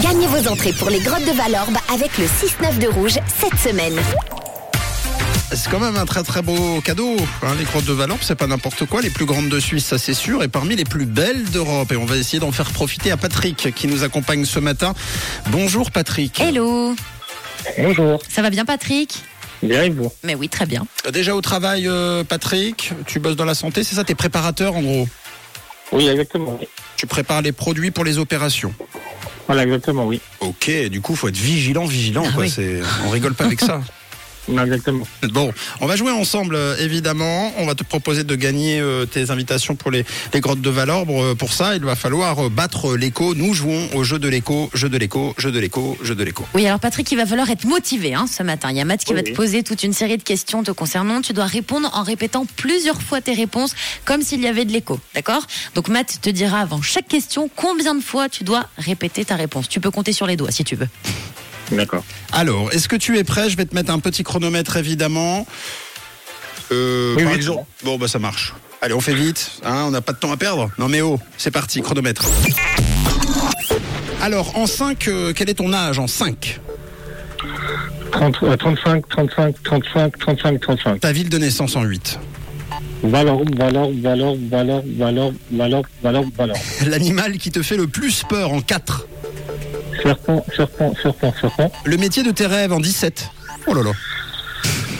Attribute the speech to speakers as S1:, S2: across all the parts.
S1: Gagnez vos entrées pour les grottes de Valorbe avec le 6-9 de rouge cette semaine.
S2: C'est quand même un très très beau cadeau. hein, les grottes de Valorbe, c'est pas n'importe quoi. Les plus grandes de Suisse, ça c'est sûr, et parmi les plus belles d'Europe. Et on va essayer d'en faire profiter à Patrick qui nous accompagne ce matin. Bonjour Patrick.
S3: Hello
S4: Bonjour,
S3: Ça va bien Patrick
S4: bien et vous
S3: Mais oui, très bien.
S2: Déjà au travail, euh, Patrick. Tu bosses dans la santé, c'est ça T'es préparateur en gros.
S4: Oui, exactement. oui.
S2: Tu prépares les produits pour les opérations.
S4: Voilà, exactement, oui.
S2: Ok, du coup, faut être vigilant, vigilant.
S3: Ah
S2: quoi.
S3: oui.
S2: C'est- On rigole pas avec ça.
S4: Non, exactement.
S2: Bon, on va jouer ensemble, euh, évidemment. On va te proposer de gagner euh, tes invitations pour les, les grottes de Valorbre. Euh, Pour ça, il va falloir euh, battre l'écho. Nous jouons au jeu de l'écho, jeu de l'écho, jeu de l'écho, jeu de l'écho.
S3: Oui, alors Patrick, il va falloir être motivé hein, ce matin. Il y a Matt qui
S4: Oui,
S3: va te
S4: oui.
S3: poser toute une série de questions te concernant. Tu dois répondre en répétant plusieurs fois tes réponses, comme s'il y avait de l'écho. D'accord Donc Matt te dira avant chaque question combien de fois tu dois répéter ta réponse. Tu peux compter sur les doigts si tu veux.
S4: D'accord.
S2: Alors, est-ce que tu es prêt Je vais te mettre un petit chronomètre, évidemment. Euh,
S4: Oui,
S2: par
S4: oui.
S2: exemple. Bon, bah ça marche. Allez, on fait vite. hein, on n'a pas de temps à perdre. Non mais oh, c'est parti, chronomètre. Alors, en 5, quel est ton âge En 5
S4: 30, euh, 35, 35, 35, 35, 35.
S2: Ta ville de naissance en 8
S4: Valor, valor, valor, valor, valor, valor, valor, valor.
S2: L'animal qui te fait le plus peur en 4
S4: Serpent, serpent, serpent, serpent.
S2: Le métier de tes rêves en 17. Oh là là.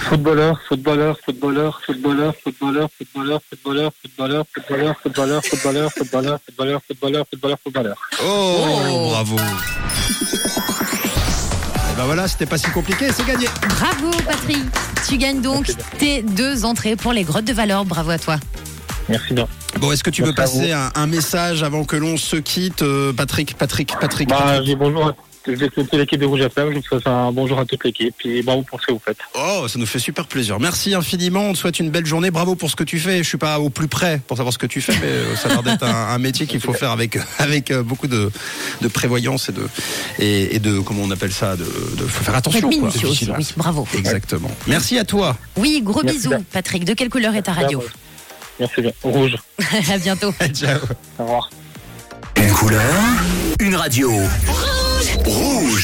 S4: Footballeur, footballeur, footballeur, footballeur, footballeur, footballeur, footballeur, footballeur, footballeur, footballeur, footballeur, footballeur, footballeur, footballeur, footballeur, footballeur.
S2: Oh, bravo. Et ben voilà, c'était pas si compliqué, c'est gagné.
S3: Bravo Patrick Tu gagnes donc tes deux entrées pour les grottes de Valor. Bravo à toi.
S4: Merci bien.
S2: Bon, est-ce que tu veux
S4: Merci à
S2: passer un, un message avant que l'on se quitte, euh, Patrick, Patrick, Patrick
S4: Bah, je dis bonjour à je vais souhaiter l'équipe de Rouge FM, je vous souhaite un bonjour à toute l'équipe et bravo pour ce que vous faites.
S2: Oh, ça nous fait super plaisir. Merci infiniment. On te souhaite une belle journée. Bravo pour ce que tu fais. Je suis pas au plus près pour savoir ce que tu fais, mais euh, ça a l'air d'être un, un métier qu'il faut faire avec avec euh, beaucoup de, de prévoyance et de et, et de comment on appelle ça, de, de faut faire attention.
S3: Faites
S2: quoi.
S3: minutieux aussi,
S2: Vigilance.
S3: oui, bravo.
S2: Exactement. Merci à toi.
S3: Oui, gros
S4: hein. Merci
S3: bisous
S4: bien.
S3: Patrick. De quelle couleur est ta radio
S4: Merci bien. Rouge.
S3: À bientôt.
S2: Ciao.
S4: Au revoir.
S5: Une couleur, une radio. Rouge.